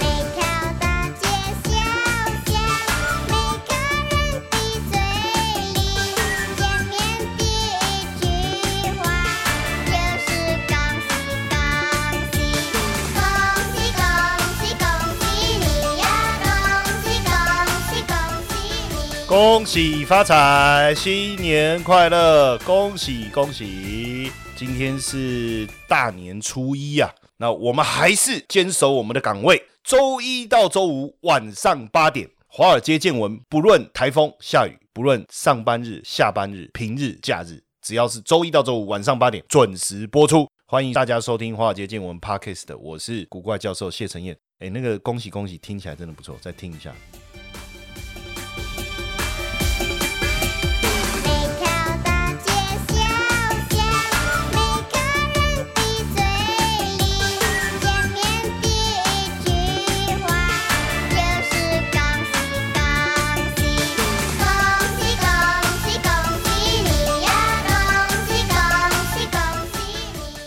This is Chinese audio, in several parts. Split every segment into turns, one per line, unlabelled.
每条大街小巷，每个人的嘴里见面第一句话就是恭喜恭喜，恭喜恭喜恭喜你呀，恭喜恭喜恭喜你。
恭喜发财，新年快乐！恭喜恭喜！今天是大年初一啊，那我们还是坚守我们的岗位，周一到周五晚上八点，华尔街见闻，不论台风、下雨，不论上班日、下班日、平日、假日，只要是周一到周五晚上八点准时播出，欢迎大家收听华尔街见闻 Podcast，我是古怪教授谢承彦。哎，那个恭喜恭喜，听起来真的不错，再听一下。
每条大街小巷，每个人的嘴里，见面第一句话就是恭喜恭喜，恭喜恭喜恭喜你呀，恭喜恭喜恭喜你。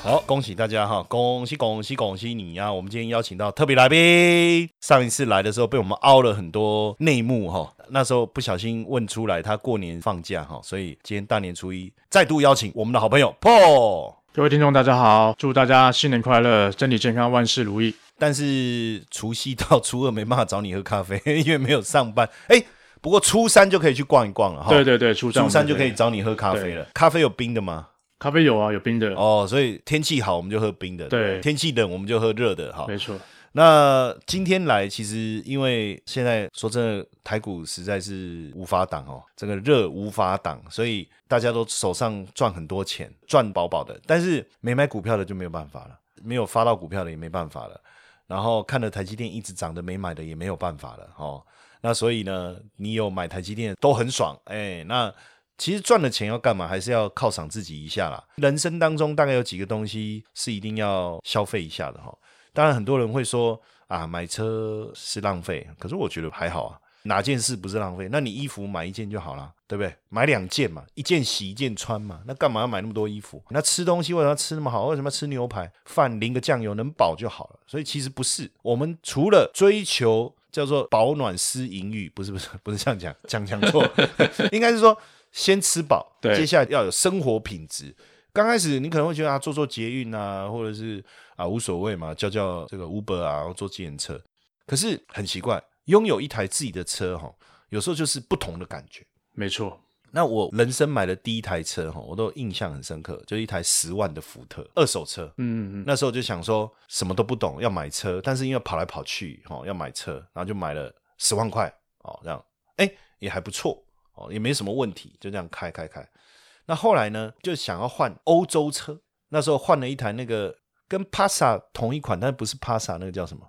好，恭喜大家哈！恭喜恭喜恭喜你呀、我们今天邀请到特别来宾，上一次来的时候被我们凹了很多内幕哈，那时候不小心问出来他过年放假哈，所以今天大年初一再度邀请我们的好朋友 Paul。
各位听众，大家好，祝大家新年快乐，身体健康，万事如意。
但是除夕到初二没办法找你喝咖啡， 因为没有上班。哎、不过初三就可以去逛一逛了哈。
对对对，初三
初三就可以
找
找你喝咖啡了。咖啡有冰的吗？
咖啡有啊，有冰的，
哦，所以天气好我们就喝冰的，
对
天气冷我们就喝热的哈。
没错，
那今天来，其实因为现在说真的，台股实在是无法挡哦，这个热无法挡，所以大家都手上赚很多钱，赚饱饱的。但是没买股票的就没有办法了，没有发到股票的也没办法了。然后看了台积电一直涨的没买的也没有办法了哦。那所以呢，你有买台积电都很爽，哎，那其实赚了钱要干嘛，还是要犒赏自己一下啦。人生当中大概有几个东西是一定要消费一下的哈、当然，很多人会说啊，买车是浪费，可是我觉得还好啊。哪件事不是浪费？那你衣服买一件就好啦，对不对？买两件嘛，一件洗一件穿嘛，那干嘛要买那么多衣服？那吃东西为什么要吃那么好？为什么要吃牛排？饭淋个酱油能饱就好了。所以其实不是，我们除了追求叫做保暖思淫欲，不是不是不是这样讲，讲讲错， 应该是说先吃饱，
对
接下来要有生活品质。刚开始你可能会觉得啊，做做捷运啊，或者是啊无所谓嘛，叫叫这个 Uber 啊，或坐计程车。可是很奇怪，拥有一台自己的车哈，有时候就是不同的感觉。
没错，
那我人生买的第一台车哈，我都印象很深刻，就是一台十万的福特二手车。
嗯嗯嗯，
那时候就想说什么都不懂，要买车，但是因为跑来跑去哈、哦，要买车，然后就买了十万块哦，这样哎也还不错哦，也没什么问题，就这样开开开。那后来呢，就想要换欧洲车，那时候换了一台那个跟 Passa 同一款，但不是 Passa 那个叫什么，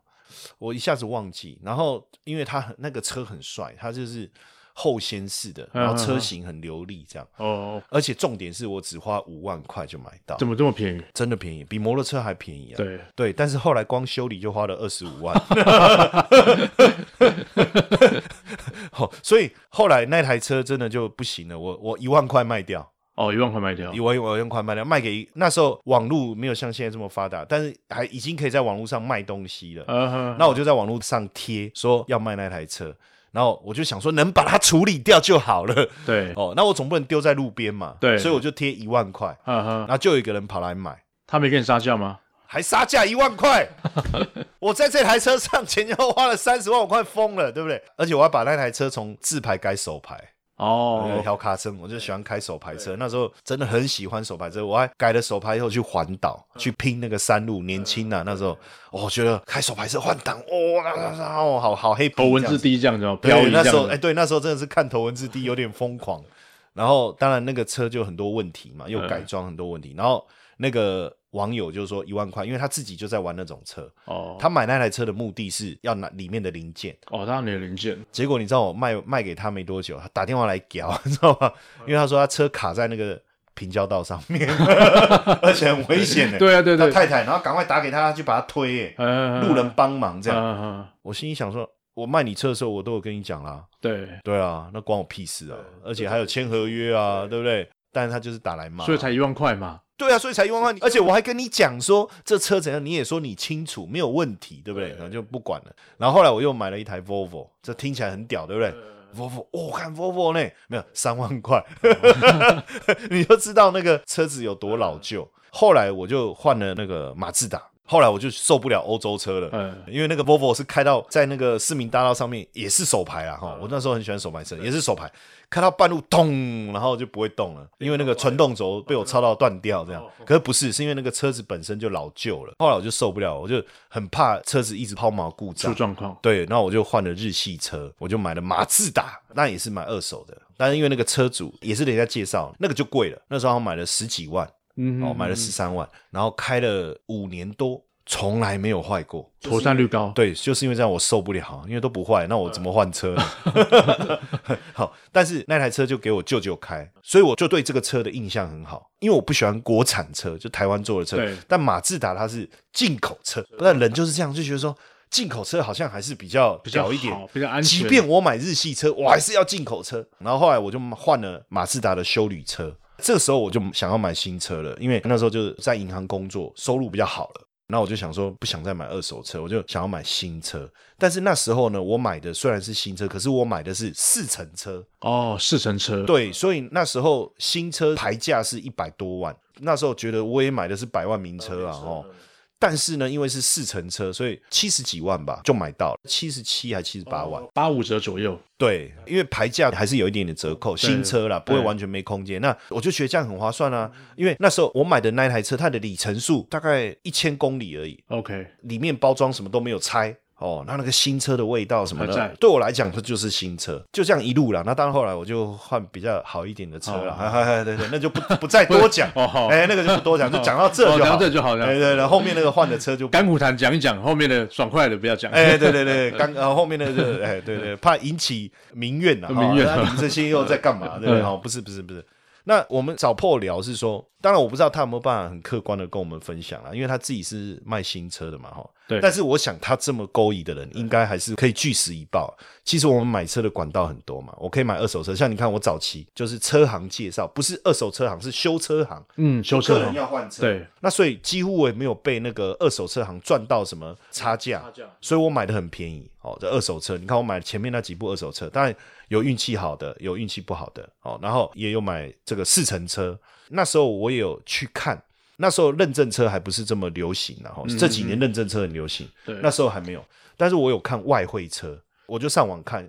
我一下子忘记。然后因为它很那个车很帅，它就是后掀式的，然后
嗯嗯
车
嗯
型很流利，这样。
哦，
而且重点是我只花五万块就买到，
怎么这么便宜？
真的便宜，比摩托车还便宜啊！
对，
对，但是后来光修理就花了二十五万， 哦，所以后来那台车真的就不行了，我我一万块卖掉，
哦，一万块卖掉
一，万一万块卖掉，卖给那时候网络没有像现在这么发达，但是还已经可以在网络上卖东西了。
呃，
那我就在网络上贴说要卖那台车，然后我就想说能把它处理掉就好了。
对，
哦，那我总不能丢在路边嘛，
对
所以我就贴一万块，
哈哈，
然后就有一个人跑来买。
他没跟你杀价吗？
还杀价一万块，我在这台车上前前后后花了三十万，我快疯了，对不对？而且我要把那台车从自排改手排，我就
哦，
挑卡车，我就喜欢开手排车。那时候真的很喜欢手排车，我还改了手排以后去环岛，去拼那个山路。年轻啊，那时候哦我觉得开手排车换挡，哦，啦啦啦哦好好黑皮
头文
这
字
样子
D 这样子哦，漂
对，
移
那
这
时候
样
哎，
子，
对，那时候真的是看头文字 D 有点疯狂。然后当然那个车就很多问题
嗯
嘛，又改装很多问题。然后那个网友就说一万块，因为他自己就在玩那种车，
哦，
他买那台车的目的是要拿里面的零件。
哦，他你的零件，
结果你知道我卖卖给他没多久，他打电话来屌，你知道吗？
嗯
因为他说他车卡在那个平交道上 面，而且很危险的。
对啊对对
他太太，然后赶快打给他，他去把他推耶，
嗯，
路人帮忙这
嗯，
样。
嗯嗯
我心里想说，我卖你车的时候，我都有跟你讲啦。
对，
对啊，那关我屁事啊！而且还有签合约啊，对不对？但是他就是打来骂，
所以才一万块嘛，
对啊，所以才一万块。而且我还跟你讲说这车怎样，你也说你清楚，没有问题，对不对？然后就不管了。然后后来我又买了一台 Volvo，这听起来很屌，对不对？Volvo，哦，看 Volvo 呢，没有三万块， 你就知道那个车子有多老旧。后来我就换了那个马自达，后来我就受不了欧洲车了。
嗯，
因为那个 Volvo 是开到在那个市民大道上面，也是手排啊哈。
嗯
我那时候很喜欢手排车，也是手排，开到半路咚，然后就不会动了，因为那个传动轴被我操到断掉这样。
哦
可是不是，是因为那个车子本身就老旧了，后来我就受不了，我就很怕车子一直抛锚故
出
障。
状况，
对，然后我就换了日系车，我就买了马自达，那也是买二手的，但是因为那个车主也是人家介绍，那个就贵了，那时候我买了十几万，
嗯，
哦，买了十三万，然后开了五年多，从来没有坏过。
妥善率高，
对，就是因为这样我受不了，因为都不坏，那我怎么换车呢？ 好，但是那台车就给我舅舅开，所以我就对这个车的印象很好，因为我不喜欢国产车，就台湾做的车
对，
但马自达它是进口车，那人就是这样，就觉得说。进口车好像还是比较
比较
屌一点
好，比较安
即
全
便我买日系车，我还是要进口车。然后后来我就换了马自达的修旅车，这个时候我就想要买新车了，因为那时候就是在银行工作，收入比较好了。那我就想说，不想再买二手车，我就想要买新车。但是那时候呢，我买的虽然是新车，可是我买的是四乘车，
哦，四乘车，，
对，所以那时候新车牌价是一百多万，那时候觉得我也买的是百万名车啊，哦。
嗯
但是呢，因为是四乘车，所以七十几万吧就买到了，七十七还七十八万，
八五折左右，
对，因为牌价还是有一点点折扣，新车啦，不会完全没空间。那我就觉得这样很划算
嗯
啊，因为那时候我买的那一台车，它的里程数大概一千公里而已，
，OK，
里面包装什么都没有拆。哦，那那个新车的味道什么
还在。
的，对我来讲，它就是新车，就这样一路啦。那当然，后来我就换比较好一点的车了。哎哎哎 对对，那就不不再多讲
哦好
哎，那个就不多讲，就讲到这
哦
就
讲
好。
到这就好了
哎对对，后面那个换的车就不
甘苦谈讲一讲，后面的爽快的不要讲，
哎，对对对，刚呃后面那 个，哎对对，怕引起民怨呐、啊，
民怨
哈那你们这些又在干嘛？ 对不对？哦，不是不是不是。那我们找破聊是说，当然我不知道他有没有办法很客观的跟我们分享啦，啊因为他自己是卖新车的嘛，哈。
对
但是我想他这么勾引的人，应该还是可以据实以报。其实我们买车的管道很多嘛，我可以买二手车，像你看我早期就是车行介绍，不是二手车行，是修车行，
嗯，修
个
车
人
哦，
要换车，
对，
那所以几乎我也没有被那个二手车行赚到什么差价，所以我买的很便宜哦。这二手车，你看我买前面那几部二手车，当然有运气好的，有运气不好的哦。然后也有买这个四乘车，那时候我也有去看。那时候认证车还不是这么流行、然后这几年认证车很流行，
对
那时候还没有。但是我有看外汇车，我就上网看，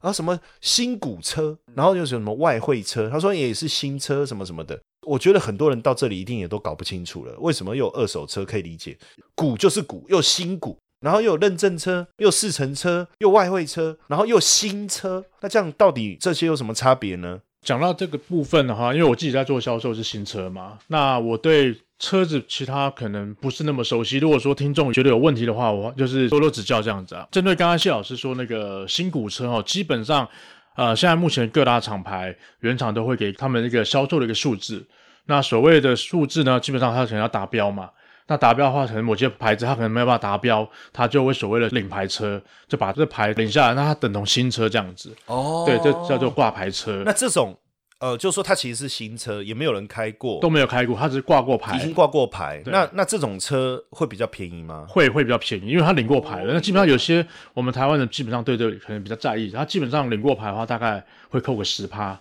啊什么新股车，然后又什么外汇车，他说也是新车什么什么的。我觉得很多人到这里一定也都搞不清楚了，为什么又有二手车可以理解，股就是股，又新股，然后又有认证车，又四乘车，又外汇车，然后又新车，那这样到底这些有什么差别呢？
讲到这个部分的话，因为我自己在做销售是新车嘛，那我对车子其他可能不是那么熟悉。如果说听众觉得有问题的话，我就是多多指教这样子啊。针对刚刚谢老师说那个新股车哦，基本上呃，现在目前各大厂牌原厂都会给他们一个销售的一个数字。那所谓的数字呢，基本上它可能要达标嘛。那达标的话，可能某些牌子它可能没有办法达标，它就会所谓的领牌车，就把这牌领下来，那它等同新车这样子。
哦
对，这叫做挂牌车。
那这种呃，就说它其实是新车，也没有人开过，
都没有开过，它只是挂过
已
牌
经，挂过牌。那那这种车会比较便宜吗？
会会比较便宜，因为它领过
哦
牌了。那基本上有些我们台湾人基本上对这个可能比较在意，它基本上领过牌的话，大概会扣个十趴，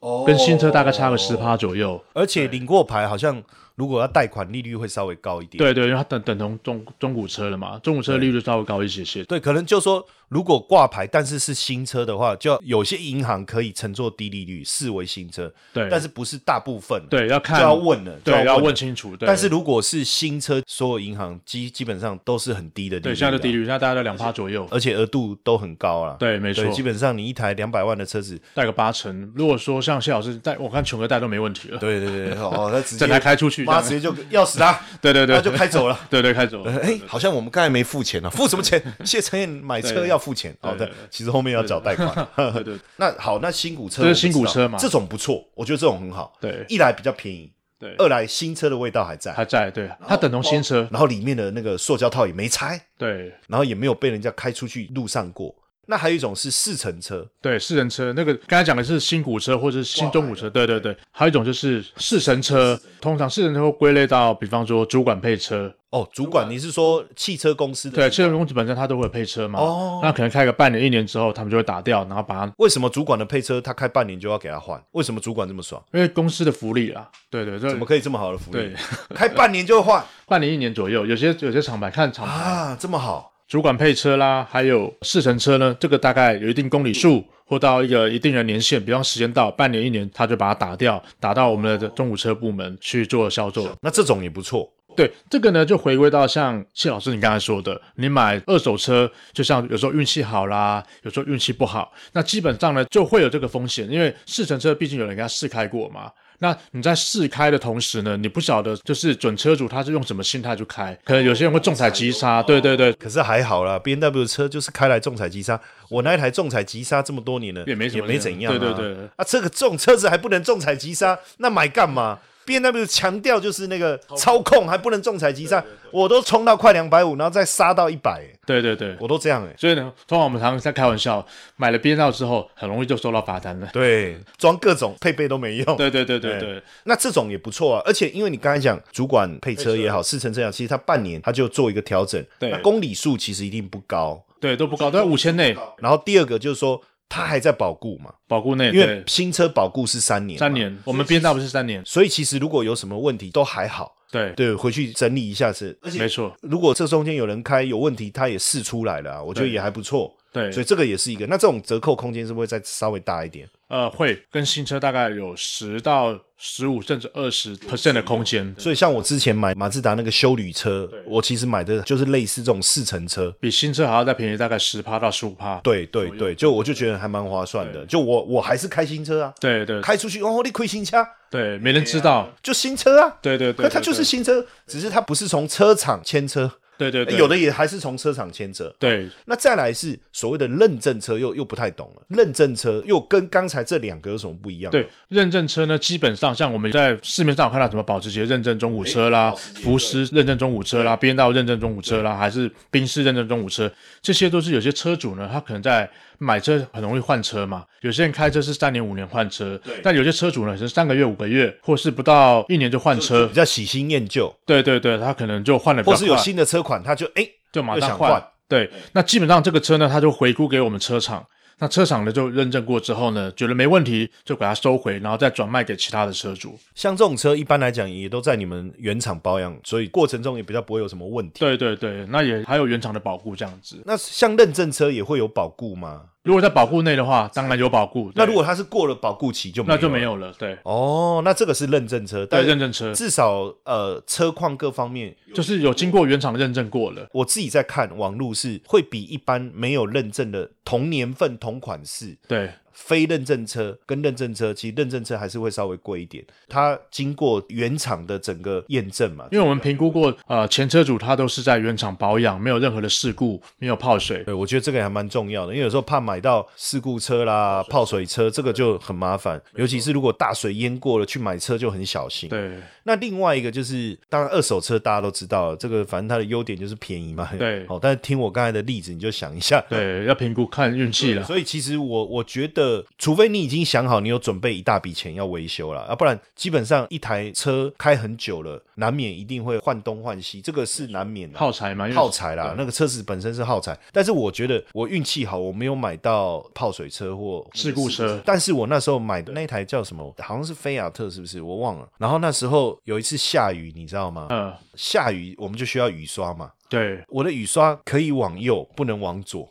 哦
跟新车大概差个十。趴左右。
而且领过牌好像如果要贷款，利率会稍微高一点。
对对，因为它等等同中中古车了嘛，中古车利率稍微高一些些。
对，可能就说如果挂牌，但是是新车的话，就有些银行可以乘坐低利率视为新车，
对
但是不是大部分，，
对，要看
就要问了，
对，
要
要
问
问
了。
清楚。对
但是如果是新车，所有银行基基本上都是很低的利率，
对现在的低
率，
率，现在大概在两趴左右，
而且额度都很高啊。
对没错
呃基本上你一台两百万的车子，
带个八成。如果说像谢老师带，我看穷哥带都没问题了，
对对对，对哦，他直接
整台开出去这
妈
样，
直接就钥匙 啦，
对对对，
他就开走了。
对对开走了。
哎，好像我们刚才没付钱啊，付什么钱？ 谢承彦买车要付钱，好
对
的
对对，
其实后面要找贷款。
对对
那好，那新股车
这是
我不知道
新股车嘛
这种不错，我觉得这种很好。
对
一来比较便宜，
对，
二来新车的味道还在，
还在，对，它等同新车，
然后里面的那个塑胶套也没拆，
对
然后也没有被人家开出去路上过。那还有一种是四乘车，
对，四人车那个刚才讲的是新古车或者是新中古车，对对对，还有一种就是四神车，通常四神车会归类到，比方说主管配车，
哦，主管，你是说汽车公司的？
对，汽车公司本身它都会有配车嘛，
哦
那可能开个半年一年之后，他们就会打掉，然后把它。
为什么主管的配车他开半年就要给他换？为什么主管这么爽？
因为公司的福利啦，对对，这
怎么可以这么好的福利
对？
开半年就换
半年一年左右，有些有些厂牌看厂牌、
啊，这么好。
主管配车啦，还有试乘车呢，这个大概有一定公里数或到一个一定的年限，比方时间到半年一年，他就把它打掉，打到我们的中古车部门去做销售。
那这种也不错，
对，这个呢就回归到像谢老师你刚才说的，你买二手车，就像有时候运气好啦，有时候运气不好，那基本上呢就会有这个风险，因为试乘车毕竟有人给他试开过嘛。那你在试开的同时呢，你不晓得就是准车主他是用什么心态去开，可能有些人会重踩急刹，对对对，
可是还好啦，B N W 车就是开来仲裁急刹，我那一台仲裁急刹这么多年了，
也没什么
也没怎样、啊。
对对对
啊，这个重车子还不能仲裁急刹，那买干嘛？B N W 强调就是那个操控还不能仲裁急刹，我都冲到快两百五，然后再刹到一百、
对对对。
我都这样哎、
所以呢，通常我们常常在开玩笑，买了编号之后，很容易就收到罚单了。
对，装各种配备都没用。
对对对对
对
对
那这种也不错啊，而且因为你刚才讲主管配车也好，试乘车也好，其实它半年它就做一个调整，
对
那公里数其实一定不高。
对，都不高，都在五千内，
然后第二个就是说，它还在保固嘛，
保固内，
因为啊
对，
新车保固是三年，
三，年，我们编号不是三年，
所以其实如果有什么问题都还好，
对，
对，回去整理一下是。
没错，
如果这中间有人开有问题，他也试出来了、啊，我觉得
对
也还不错。
对，
所以这个也是一个，那这种折扣空间是不是会再稍微大一点？
呃，会跟新车大概有十到十五甚至二十 percent 的空间，
所以像我之前买马自达那个修旅车，我其实买的就是类似这种四乘车。
比新车还要再便宜大概十趴到十五趴。
对对对，就我就觉得还蛮划算的。就我我还是开新车啊，
对对
开出去哦，你亏新车啊
对，没人知道。
就新车啊，
对对
可
对，
它就是
对
新车，只是它不是从车厂签车，
对对对，
有的也还是从车厂签车。
对
那再来是所谓的认证车又，又不太懂了。认证车又跟刚才这两个有什么不一样？
对，认证车呢，基本上像我们在市面上有看到什么保时捷认证中古车啦、
哎
福斯认证中古车啦、编道认证中古车啦，还是宾士认证中古车，这些都是有些车主呢，他可能在买车很容易换车嘛，有些人开车是三年五年换车，但有些车主呢是三个月五个月，或是不到一年就换车
比，较喜新厌旧，
对对对，他可能就换了比
或
较
是有
快，
新的车款，他就哎、
就马
又想
上换
换。
对，那基本上这个车呢，他就回估给我们车厂，那车厂呢就认证过之后呢，觉得没问题，就给它收回，然后再转卖给其他的车主。
像这种车一般来讲也都在你们原厂保养，所以过程中也比较不会有什么问题。
对对对，那也还有原厂的保护这样子。
那像认证车也会有保固吗？
如果在保护内的话，当然有保护。
那
对
如果它是过了保固期就没
那
有
就没
了
有了，对
哦，那这个是认证车，
对，
但
认证车
至少呃车况各方面，
就是有经过原厂认证过了。
我自己在看网路是会比一般没有认证的同年份同款式。
对
非认证车跟认证车，其实认证车还是会稍微贵一点。它经过原厂的整个验证嘛，
因为我们评估过，呃，前车主他都是在原厂保养，没有任何的事故，没有泡水。
对，我觉得这个还蛮重要的，因为有时候怕买到事故车啦、泡水车，这个就很麻烦。尤其是如果大水淹过了，去买车就很小心。
对
那另外一个就是，当然二手车大家都知道了，这个反正它的优点就是便宜嘛。
对
好、但是听我刚才的例子，你就想一下。
对，要评估看运气了。
所以其实我我觉得，除非你已经想好，你有准备一大笔钱要维修了，啊，不然基本上一台车开很久了，难免一定会换东换西，这个是难免的。
耗材嘛，因为
耗材啦
对，
那个车子本身是耗材，但是我觉得我运气好，我没有买到泡水车或
事故车
但是我那时候买的那一台叫什么？好像是菲亚特，是不是？我忘了。然后那时候有一次下雨，你知道吗？
呃，
下雨我们就需要雨刷嘛。
对，
我的雨刷可以往右，不能往 左。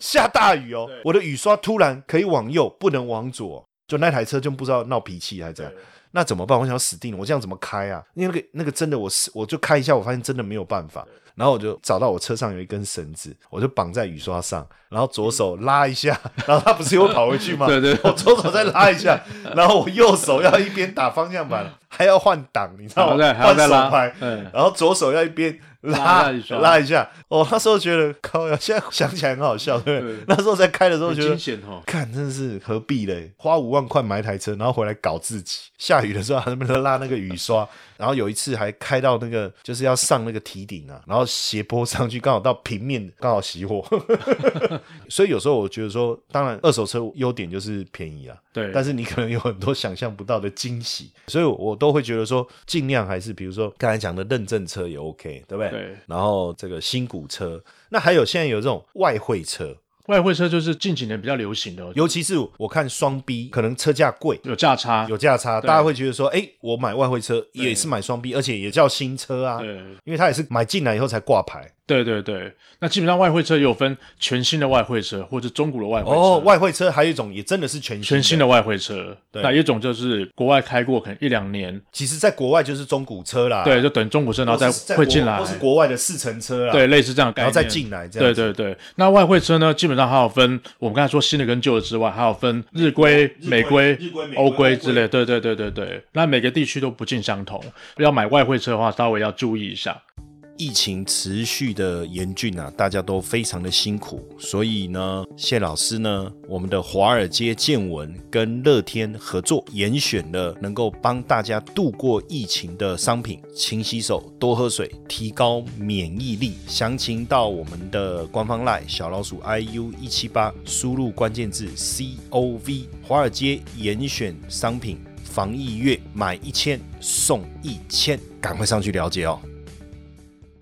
下大雨哦，我的雨刷突然可以往右，不能往左，就那台车就不知道闹脾气还是怎样
对。
那怎么办？我想死定了，我这样怎么开啊？因为那个那个真的我，是我就开一下，我发现真的没有办法。然后我就找到我车上有一根绳子，我就绑在雨刷上，然后左手拉一下， 然后它不是又跑回去吗？
嗯对对
我左手再拉一下，然后我右手要一边打方向盘，还要换挡，你知道
好
吗？
再还要
换
再
手
拉
牌，
嗯
然后左手要一边
拉
拉
一下
拉一下。我那时候觉得靠呀，现在想起来很好笑，对不对
对？
那时候在开的时候
很
觉得
惊。险哦。
看，真的是何必嘞？花五万块买一台车，然后回来搞自己。下雨的时候还在那边拉那个雨刷，然后有一次还开到那个就是要上那个提顶啊，然后斜坡上去，刚好到平面，刚好熄火。 所以有时候我觉得说，当然二手车优点就是便宜啊啦，
对，
但是你可能有很多想象不到的惊喜， 所以我都会觉得说，尽量还是比如说刚才讲的认证车也 OK，对不对？
对
然后这个新股车，那还有现在有这种外汇车，
外汇车就是近几年比较流行的哦，
尤其是我看双 B，可能车价贵。
有价差，
有价差，
对
大家会觉得说，哎、我买外汇车也是买双 B，而且也叫新车啊，
对
因为它也是买进来以后才挂牌。
对对对。那基本上外汇车也有分全新的外汇车，或者中古的外汇车。
哦，外汇车还有一种也真的是全新
全新
的，
的外汇车，
对啊
那一种就是国外开过可能一两年，
其实在国外就是中古车啦，
对，，就等中古车，然后再会进来
或，是国外的四乘车啦，
对，，类似这样的概
然后
念，
再进来这样
对
子。
对对，那外汇车呢，基本上还有分，我们刚才说新的跟旧的之外，还有分日规、美规
哦日规美、规
欧规之类。对对对对对，那每个地区都不尽相同。要买外汇车的话，稍微要注意一下。
疫情持续的严峻啊，大家都非常的辛苦，所以呢，谢老师呢，我们的华尔街见闻跟乐天合作，严选了能够帮大家度过疫情的商品，勤洗手，多喝水，提高免疫力。详情到我们的官方 LINE 小老鼠 iu 一七八，输入关键字 COV，华尔街严选商品防疫月买一千送一千，赶快上去了解哦。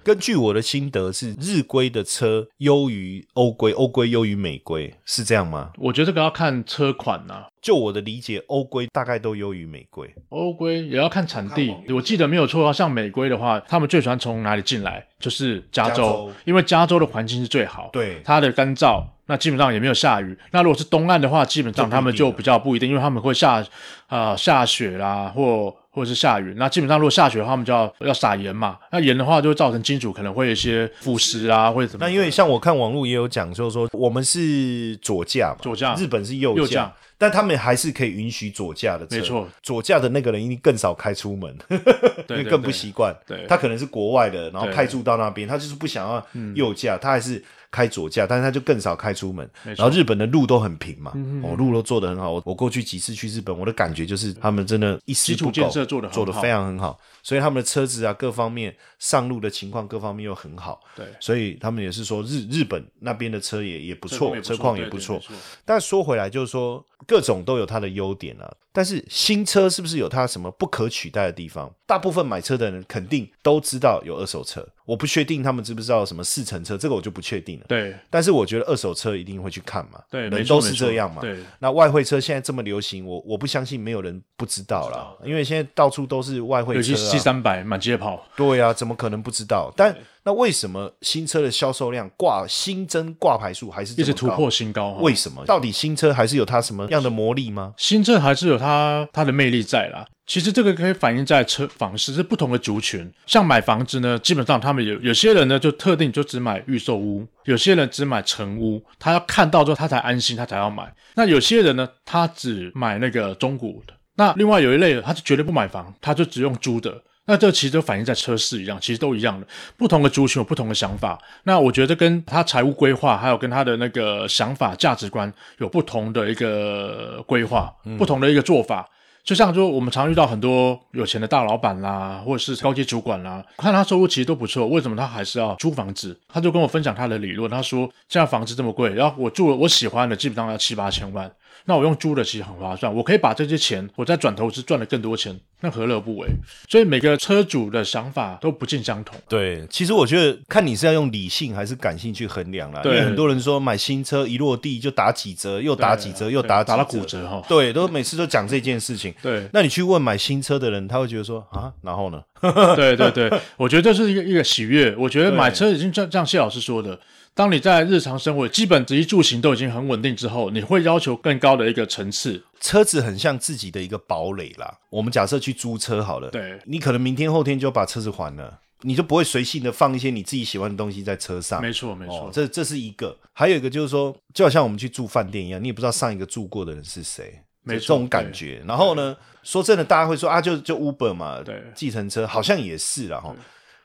根据我的心得是，日规的车优于欧规，欧规优于美规，是这样吗？
我觉得这个要看车款啊呐、
就我的理解，欧规大概都优于美规。
欧规也要看产地
看网，
我记得没有错的话，像美规的话，他们最喜欢从哪里进来？就是加州，
加州
因为加州的环境是最好，
对
它的干燥，那基本上也没有下雨。那如果是东岸的话，基本
就不
上
一
他们就
定了
比较不一定，因为他们会下啊、下雪啦，或或者是下雨。那基本上如果下雪的话，他们就要要撒盐嘛。那盐的话，就会造成金属可能会有一些腐蚀啊，或者怎么
那
样。
因为像我看网络也有讲，就是说我们是左驾嘛，
左驾
日本是右
右
驾
驾，
但他们还是可以允许左驾的车。
没错，
左驾的那个人一定更少开出门，因
对
为
对
更不
对
习惯。
对
他可能是国外的，然后
对
派驻到那边，他就是不想要右驾，他还是。开左驾，但是他就更少开出门。
没
然
错嗯
后日本的路都很平嘛，哦，路都做得很好。我我过去几次去日本，我的感觉就是他们真的一丝
基础
不苟
建设做得很
做得
好
非常很好，所以他们的车子啊各方面上路的情况各方面又很好。
对
所以他们也是说日日本那边的车也也不错，车况也不错。。
对对没
但说回来，就是说各种都有它的优点啊。但是新车是不是有它什么不可取代的地方？大部分买车的人肯定都知道有二手车，我不确定他们知不知道什么四乘车，这个我就不确定了。
对
但是我觉得二手车一定会去看嘛，
对没
人
错
都
没
是
错
这样嘛。
对
那外汇车现在这么流行，我我不相信没有人不知道啦，因为现在到处都是外汇
尤
车、
其
啊，
是 C 三百满街跑，
对呀、怎么可能不知道？但那为什么新车的销售量挂新增挂牌数还是这
一
么
直突
高啊
破？新高。哈
为什么？到底新车还是有它什么样的魔力吗？
新政还是有它它的魅力在啦。其实这个可以反映在车房市是不同的族群，像买房子呢，基本上他们有有些人呢就特定就只买预售屋，有些人只买成屋，他要看到之后他才安心，他才要买。那有些人呢，他只买那个中古的。那另外有一类人，他是绝对不买房，他就只用租的。那这其实就反映在车市一样，其实都一样的。不同的族群有不同的想法，那我觉得跟他财务规划，还有跟他的那个想法、价值观有不同的一个规划，不同的一个做法。就像说，我们常遇到很多有钱的大老板啦，或者是高级主管啦，看他收入其实都不错，为什么他还是要租房子？他就跟我分享他的理论，他说现在房子这么贵，然后我住了我喜欢的，基本上要七八千万，那我用租的其实很划算，我可以把这些钱我再转投资赚了更多钱，那何乐不为？所以每个车主的想法都不尽相同。
对，其实我觉得看你是要用理性还是感性去衡量啦。因
对
为很多人说买新车一落地就打几折，又打几折，又打几
打到骨折哈
对，都每次都讲这件事情。
对
那你去问买新车的人，他会觉得说啊，然后呢？
对对对，我觉得这是一个一个喜悦。我觉得
对
买车已经像像谢老师说的，当你在日常生活基本衣住行都已经很稳定之后，你会要求更高的一个层次。
车子很像自己的一个堡垒啦。我们假设去租车好了，
对
你可能明天后天就把车子还了，你就不会随性的放一些你自己喜欢的东西在车上。
没错没错，
哦，这这是一个，还有一个就是说，就好像我们去住饭店一样，你也不知道上一个住过的人是谁，
没
就
错
这种感觉。然后呢，说真的，大家会说啊，就就 Uber 嘛，
对嗯
计程车好像也是啦哈。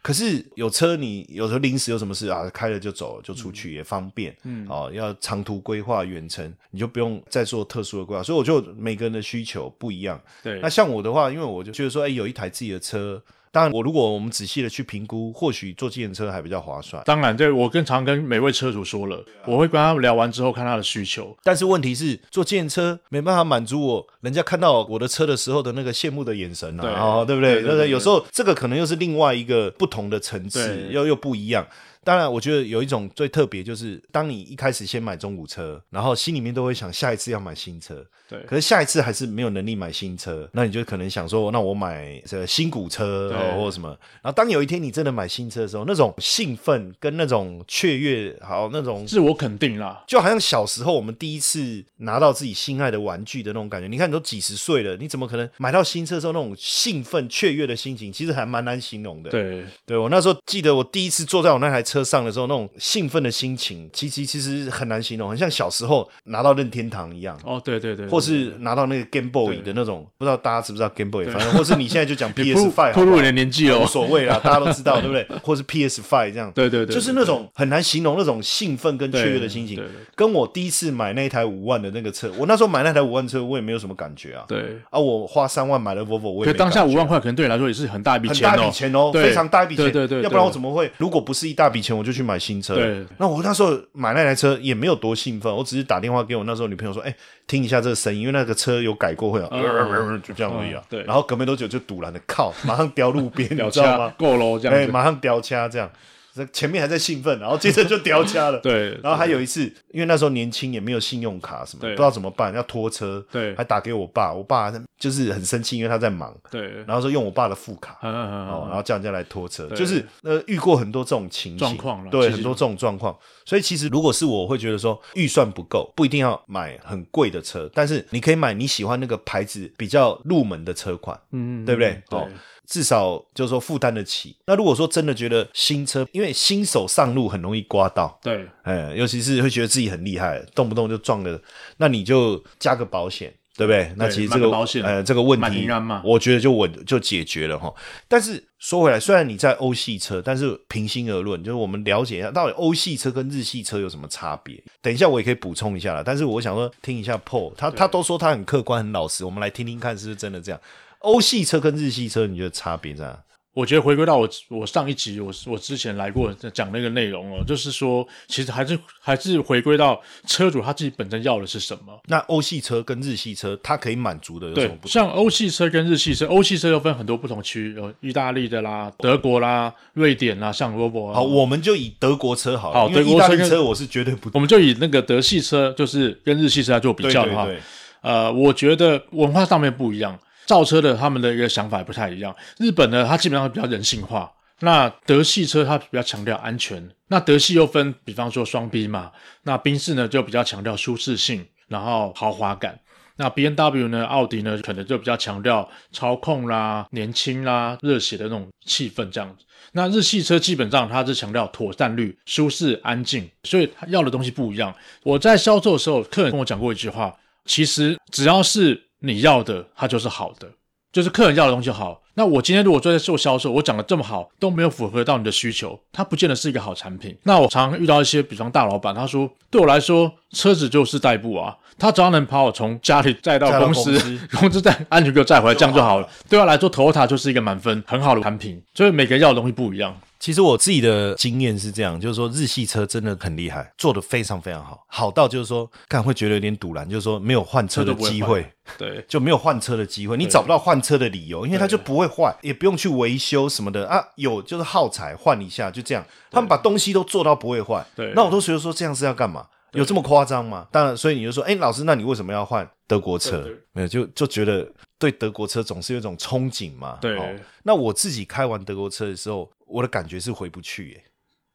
可是有车你，有时候临时有什么事啊，开了就走，就出去、也方便。嗯，哦，要长途规划、远程，你就不用再做特殊的规划。所以我就每个人的需求不一样。
对
那像我的话，因为我就觉得说，哎、有一台自己的车，当然我如果我们仔细的去评估，或许坐计程车还比较划算。
当然，对我更常跟每位车主说了，
啊
我会跟他聊完之后看他的需求。
但是问题是，坐电车没办法满足我人家看到我的车的时候的那个羡慕的眼神啊，
对
哦，对不对？
对对
对不
对
有时候这个可能又是另外一个不同的层次
对，
又又不一样。当然，我觉得有一种最特别，就是当你一开始先买中古车，然后心里面都会想下一次要买新车，
对
可是下一次还是没有能力买新车，那你就可能想说，那我买这新古车
对
哦或者什么。然后当有一天你真的买新车的时候，那种兴奋跟那种雀跃，好那种
自我肯定啦，
就好像小时候我们第一次拿到自己心爱的玩具的那种感觉。你看，你都几十岁了，你怎么可能买到新车的时候那种兴奋雀跃的心情？其实还蛮难形容的。，
对
对我那时候记得我第一次坐在我那台车上的时候，那种兴奋的心情，其实其实很难形容，很像小时候拿到任天堂一样。
哦，对对对，
或
对
是拿到那个 Game Boy
对
的那种，不知道大家知不知道 Game Boy，反正或是你现在就 讲
你
PS
暴
Five，
暴露你的年纪
无
哦，
所谓啦，大家都知道，对不对？或是 PS Five 这样，
对对对对
就是那种很难形容那种兴奋跟雀跃的心情
对对对。
跟我第一次买那一台五万的那个车，我那时候买那台五万车，我也没有什么感觉啊。
对。
啊，我花三万买了 Volvo，我
可
也
是
没
当下
感
五
觉啊
万块可能对你来说也是很大一笔
很
钱
大
哦，
笔钱哦，
对
非常大一笔钱，
对对对，
要不然我
么
怎么会？如果不是一大笔钱，我就去买新车。
对
那我那时候买那台车也没有多兴奋，我只是打电话给我那时候女朋友说，哎、听一下这个声音，因为那个车有改过会有，
嗯
呃就这样而已啊。
嗯对
然后隔没多久就堵了的，靠，马上掉路 边，
聊
你知道
价
吗？
够喽，这
哎、
样子，
马上掉掐这样，这前面还在兴奋，然后接着就掉掐了。。
对，
然后还有一次，因为那时候年轻也没有信用卡什么的，
对
不知道怎么办，要拖车，
对
还打给我爸，我爸就是很生气，因为他在忙，
对，
然后说用我爸的副卡，
嗯嗯嗯，
哦，然后叫人家来拖车，
对
就是呃遇过很多这种情形
状况啦其
对，
实
很多这种状况。所以其实如果是我我会觉得说预算不够，不一定要买很贵的车，但是你可以买你喜欢那个牌子比较入门的车款，
嗯，
对不对？
对，
至少就是说负担得起。那如果说真的觉得新车，因为新手上路很容易刮到。
对，
哎，尤其是会觉得自己很厉害，动不动就撞了，那你就加个保险，对不对？那其实这
买
个
个保险
呃这个问
买
题
平安嘛，
我觉得就稳就解决了哈。但是说回来，虽然你在欧系车，但是平心而论，就是我们了解一下到底欧系车跟日系车有什么差别。等一下我也可以补充一下啦，但是我想说听一下 Paul，他他都说他很客观很老实，我们来听听看是不是真的这样。欧系车跟日系车，你觉得差别在哪？
我觉得回归到我我上一集我我之前来过讲那个内容哦，就是说其实还是还是回归到车主他自己本身要的是什么。
那欧系车跟日系车，它可以满足的有什么
对，
不同？
像欧系车跟日系车，欧系车又分很多不同区，有意大利的啦、德国啦、瑞典啦，像 Volvo 啊。
好，我们就以德国车哦好了，
好
因为
德国
意大
车
利
跟
车我是绝对不
我们就以那个德系车，就是跟日系车来做比
对
较
对
的话，
对，
呃，我觉得文化上面不一样，造车的他们的一个想法也不太一样。日本呢，它基本上比较人性化。那德系车它比较强调安全，那德系又分，比方说双 B 嘛，那宾士呢就比较强调舒适性，然后豪华感。那 B N W 呢，奥迪呢可能就比较强调操控啦、年轻啦、热血的那种气氛这样子。那日系车基本上它是强调妥善率、舒适、安静，所以它要的东西不一样。我在销售的时候，客人跟我讲过一句话，其实只要是你要的，它就是好的，就是客人要的东西好。那我今天如果在做销售，我讲的这么好，都没有符合到你的需求，它不见得是一个好产品。那我常遇到一些，比方大老板，他说对我来说，车子就是代步啊，他只要能把我从家里载到
载到
公司
公司，
公司再安全给我载回来，这样就
好
好了。对他来说，Toyota 就是一个满分，很好的产品。所以每个人要的东西不一样。
其实我自己的经验是这样，就是说日系车真的很厉害，做的非常非常好，好到就是说，看会觉得有点堵然，就是说没有换车的
车都不会
机
换
会，
对，
就没有换车的机会，你找不到换车的理由，因为它就不会坏，也不用去维修什么的啊。有就是耗材换一下，就这样。他们把东西都做到不会坏，
对
那我都觉得说这样是要干嘛？有这么夸张吗？当然，所以你就说，哎、老师，那你为什么要换德国车
对对？
没有，就就觉得对德国车总是有一种憧憬嘛。哦
对
那我自己开完德国车的时候，我的感觉是回不去、耶。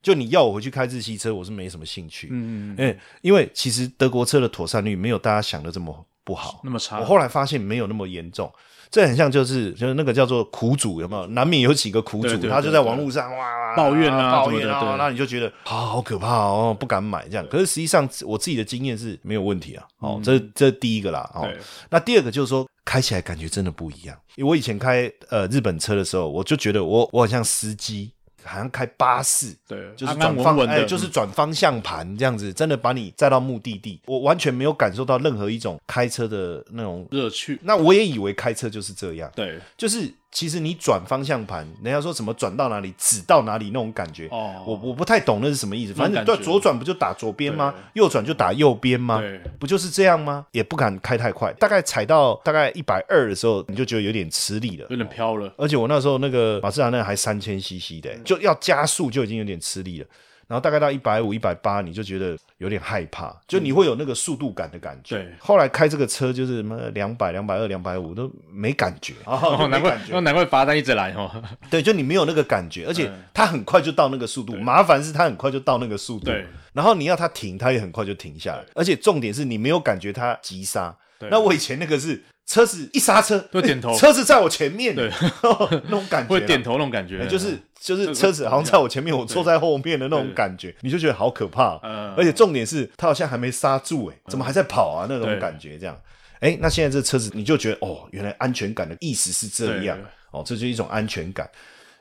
就你要我回去开日系车，我是没什么兴趣。
嗯，
哎、因为其实德国车的妥善率没有大家想的这么不好，
那么差
我后来发现没有那么严重，这很像就是就是那个叫做苦主有没有？难免有几个苦主，
对对对
他就在网络上哇
抱怨啊
抱怨
什么
啊
的，对
那你就觉得啊好可怕哦，不敢买这样。可是实际上我自己的经验是没有问题啊，哦，这这是第一个啦，哦
嗯对，
那第二个就是说。开起来感觉真的不一样。因为我以前开呃日本车的时候，我就觉得我我好像司机，好像开巴士，
对，
就是
安安
转
稳
方
稳的，嗯
哎，就是转方向盘这样子，真的把你载到目的地。我完全没有感受到任何一种开车的那种。
嗯乐趣，
那我也以为开车就是这样，
对，
就是其实你转方向盘，人家说什么转到哪里指到哪里那种感觉，
哦
我我不太懂那是什么意思。
那
反
种
正
感
对
觉
左转不就打左边吗？右转就打右边吗？
对，
不就是这样吗？也不敢开太快，大概踩到大概一百二的时候，你就觉得有点吃力了
有。点飘了，
而且我那时候那个马自达那还三千 CC
嗯
的、就要加速就已经有点吃力了。然后大概到一百五、一百八，你就觉得有点害怕，就你会有那个速度感的感觉。
嗯对
后来开这个车就是什么两百、两百二、两百五都没感觉，
哦，
哦
难怪，哦，难怪罚单一直来哦，
对，就你没有那个感觉，而
嗯
且它很快就到那个速度。麻烦是它很快就到那个速度，
对。
然后你要它停，它也很快就停下来，而且重点是你没有感觉它急刹。
对
那我以前那个是车子一刹车哎
就点头
车子在我前面，
对
那种感觉啊，
会点头那种感觉，
就是就是
个
车子好像在我前面，我坐在后面的那种
对
感觉，你就觉得好可怕哦、
嗯
而且重点是，它好像还没刹住、欸，怎么还在跑啊？那种感觉这样。哎，那现在这车子你就觉得哦，原来安全感的意思是这样
对
哦，这就是一种安全感。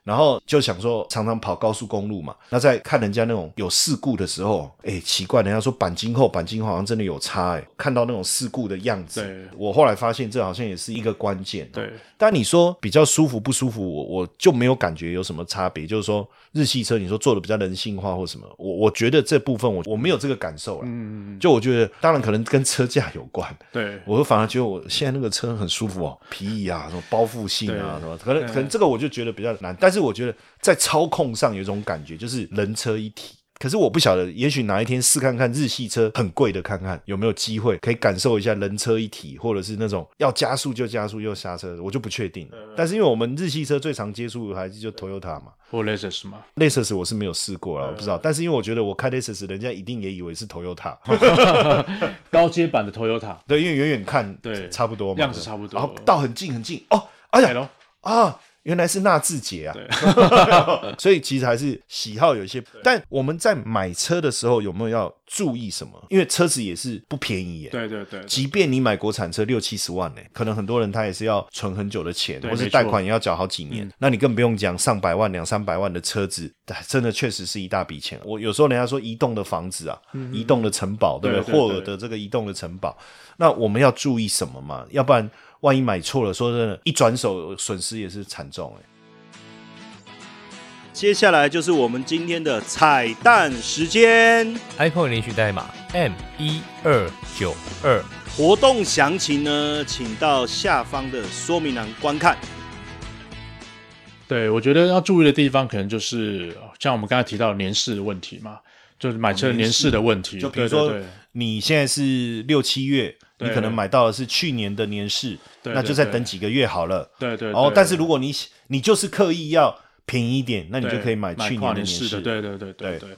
然后就想说，常常跑高速公路嘛，那在看人家那种有事故的时候，哎，奇怪，人家说钣金后，钣金后好像真的有差哎，看到那种事故的样子
对，
我后来发现这好像也是一个关键哦。
对
但你说比较舒服不舒服，我我就没有感觉有什么差别。就是说日系车，你说做的比较人性化或什么，我我觉得这部分我我没有这个感受了。嗯，就我觉得，当然可能跟车价有关。
对
我反而觉得我现在那个车很舒服哦，皮椅啊，什么包覆性啊，
对
什么，可能可能这个我就觉得比较难，但是我觉得在操控上有一种感觉，就是人车一体。可是我不晓得，也许哪一天试看看日系车很贵的，看看有没有机会可以感受一下人车一体，或者是那种要加速就加速又刹车的，我就不确定了。
嗯
但是因为我们日系车最常接触的还是就 Toyota 嘛
或 Lexus 嘛，
，Lexus 我是没有试过了，我不知
嗯
道。但是因为我觉得我开 Lexus，人家一定也以为是 Toyota，
高阶版的 Toyota，
对，因为远远看，
对
差不多嘛，
样子差不多
然后到很近很近，哦，哎
来
呀，
喽，
啊，原来是纳智捷啊。 所以其实还是喜好有一些，但我们在买车的时候有没有要注意什么？因为车子也是不便宜耶。
对对对，
即便你买国产车六七十万呢、可能很多人他也是要存很久的钱，
对
或是
没错
贷款也要缴好几年。
嗯
那你更不用讲上百万、两三百万的车子，哎真的确实是一大笔钱。我有时候人家说移动的房子啊，
嗯
移动的城堡，对不
对
对？
对
霍尔的这个移动的城堡，那我们要注意什么嘛？要不然万一买错了，说真的，一转手损失也是惨重欸哎、
接下来就是我们今天的彩蛋时间，
iPhone 领取代码 M 一二九二。
活动详情呢，请到下方的说明栏观看。
对，我觉得要注意的地方可能就是呃像我们刚才提到的年事的问题嘛，就是买车的年事的问题。
哦就比如
对对
说
对
你现在是六七月，你
对
可能买到的是去年的年式，
对
那
对
就再
对
等几个月好了。
对对，
哦
对，
但是如果你你就是刻意要便宜一点，那你
对
就可以买去年
跨
的
年
式
式的，对对对对
对
对。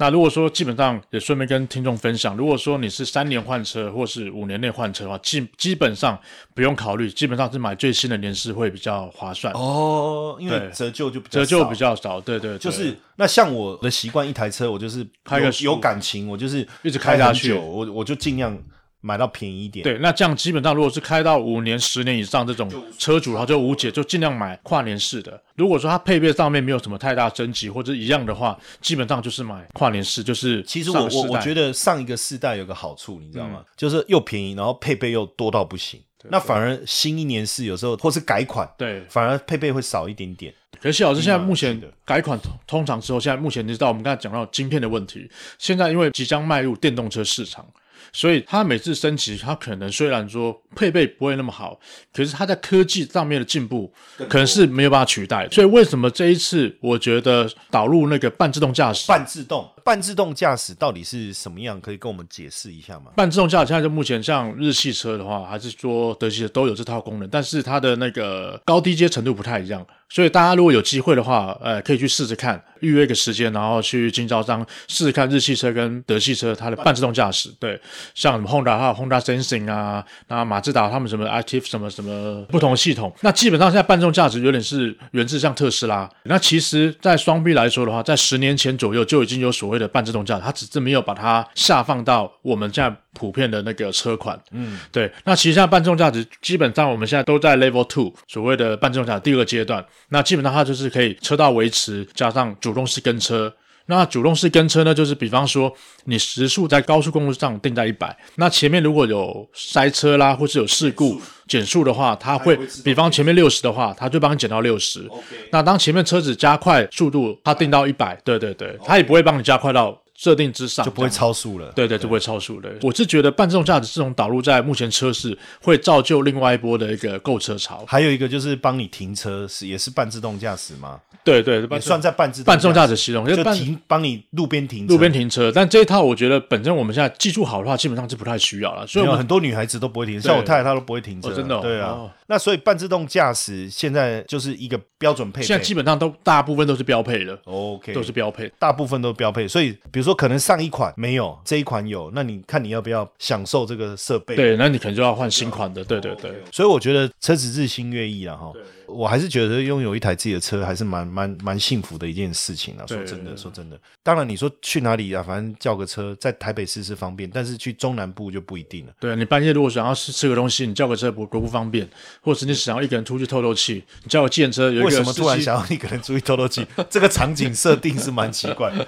那如果说基本上也顺便跟听众分享，如果说你是三年换车或是五年内换车的话，基基本上不用考虑，基本上是买最新的年式会比较划算，
哦，因为
对
折旧就比较
折旧
少
比较少。对对，对
就是那像我的习惯，一台车我就是
开个
有
15
有感情，我就是
一直开
开
下
很
去
久我我就尽量买到便宜一点。，
对，那这样基本上如果是开到五年、十年以上这种车主，他就无解，就尽量买跨年式的。如果说它配备上面没有什么太大升级或者一样的话，基本上就是买跨年式，就是
其实我我我觉
得嗯
得上一个世代有个好处，你知道吗？就是又便宜，然后配备又多到不行。那反而新一年式有时候或是改款，
对
反而配备会少一点点。
可是谢老师，现在目前
是的
改款通通常之后，现在目前你知道我们刚才讲到晶片的问题，现在因为即将迈入电动车市场，所以它每次升级，它可能虽然说配备不会那么好，可是它在科技上面的进步可能是没有办法取代的。所以为什么这一次我觉得导入那个半自动驾驶？
半自动、半自动驾驶到底是什么样？可以跟我们解释一下吗？
半自动驾驶现在就目前像日系车的话，还是说德系的都有这套功能，但是它的那个高低阶程度不太一样，所以大家如果有机会的话，呃，可以去试试看，预约个时间，然后去经销商试试看日系车跟德系车它的半自动驾驶。对，像什么 Honda 还有 Honda Sensing 啊，那马自达他们什么 Active 什么什么不同的系统，那基本上现在半自动驾驶有点是源自像特斯拉。那其实，在双 B 来说的话，在十年前左右就已经有所谓的半自动驾驶，它只是没有把它下放到我们现在普遍的那个车款。嗯，对。那其实现在半自动驾驶基本上我们现在都在 Level Two 所谓的半自动驾驶第二阶段，那基本上它就是可以车道维持加上主动式跟车。那主动式跟车呢，就是比方说你时速在高速公路上定在一百，那前面如果有塞车啦，或是有事故减速的话，它会
它会自动哦
比方前面六十的话，它就帮你减到六十。那当前面车子加快速度，它定到一百，对对对，它也不会帮你加快到设定之上，
就不会
这样
超速了。
对对，就不会超速的。我是觉得半自动驾驶这种导入在目前车市，会造就另外一波的一个购车潮。
还有一个就是帮你停车，是也是半自动驾驶吗？
对对，
也算在半自
半自动驾驶
驶
系统，因为
就
半
停帮你路边停车
路边。停车。但这一套我觉得本身我们现在技术好的话，基本上是不太需要了。所以
没
我
有
们
嗯很多女孩子都不会停，像我太太她都不会停车啊、
哦真的哦
对啊，
哦
那所以半自动驾驶现在就是一个标准配备，
现在基本上都大部分都是标配的，
OK
都是标配。
大部分都标配，所以比如说可能上一款没有，这一款有，那你看你要不要享受这个设备？，
对，那你可能就要换新
哦
款的。对对对，
所以我觉得车子日新月异了哈。我还是觉得拥有一台自己的车还是蛮蛮蛮幸福的一件事情啊。说
对
真的，
对
说真的，当然你说去哪里啊，反正叫个车，在台北市是方便，但是去中南部就不一定了。
对你半夜如果想要吃吃个东西，你叫个车不多不方便，或者是你想要一个人出去透透气，你叫个计程车有一个
为什么
司
突然
机
想要一个人出去透透气？ 这个场景设定是蛮奇怪的。
啊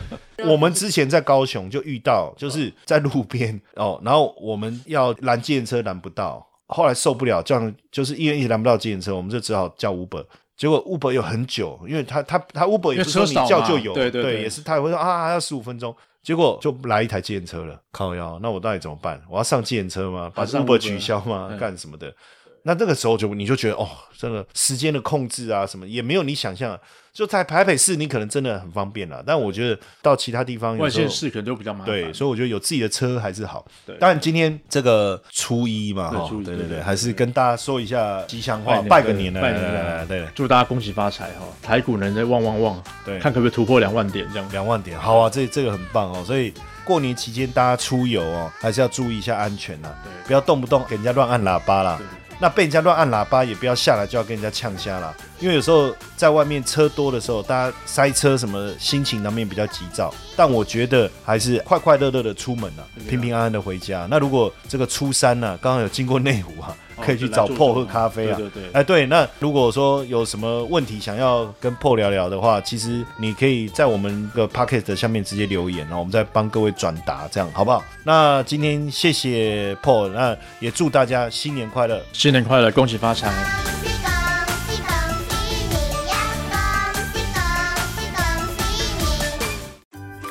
我们之前在高雄就遇到，就是在路边哦，然后我们要拦计程车拦不到，后来受不了，这样就是一人一直拦不到计程车，我们就只好叫 Uber。结果 Uber 有很久，因为他他他 Uber 也不是说你
因为车少嘛
叫就有，
对对对
也是他也会说啊还要十五分钟，结果就来一台计程车了，靠腰，那我到底怎么办？我要上计程车吗？把
还是上
Uber
Uber
取消吗？
嗯
干什么的？那那个时候就你就觉得哦，真的时间的控制啊，什么也没有你想象的。就在台北市，你可能真的很方便啦，但我觉得到其他地方有
外
时
县
候
市可能就比较麻烦。
对，所以我觉得有自己的车还是好。
对
当然今天这个初一嘛，
对
哈，
初一
对
对
对，
对
还是跟大家说一下吉祥话，
年
拜个年了，
拜
来
年
来
了
来来，对
祝大家恭喜发财哈、哦！台股能在旺旺旺，
对
看可不可以突破两万点这样。
两万点，好啊，这这个很棒哦。所以过年期间大家出游哦，还是要注意一下安全啦，
对
不要动不动给人家乱按喇叭啦。那被人家乱按喇叭，也不要下来就要跟人家呛瞎啦，因为有时候在外面车多的时候，大家塞车什么，心情难免比较急躁。但我觉得还是快快乐乐的出门啊，平平安安的回家。那如果这个初三呢、刚好有经过内湖啊，
哦
可以去找
就来
PO 喝
坐坐
咖啡啊。
对对对
哎，对，那如果说有什么问题想要跟 PO 聊聊的话，其实你可以在我们的 p o c k e t 下面直接留言，然后我们再帮各位转达，这样好不好？那今天谢谢 PO，那也祝大家新年快乐。
新年快乐，恭喜发财！
恭喜恭喜你呀，恭喜恭喜恭喜你！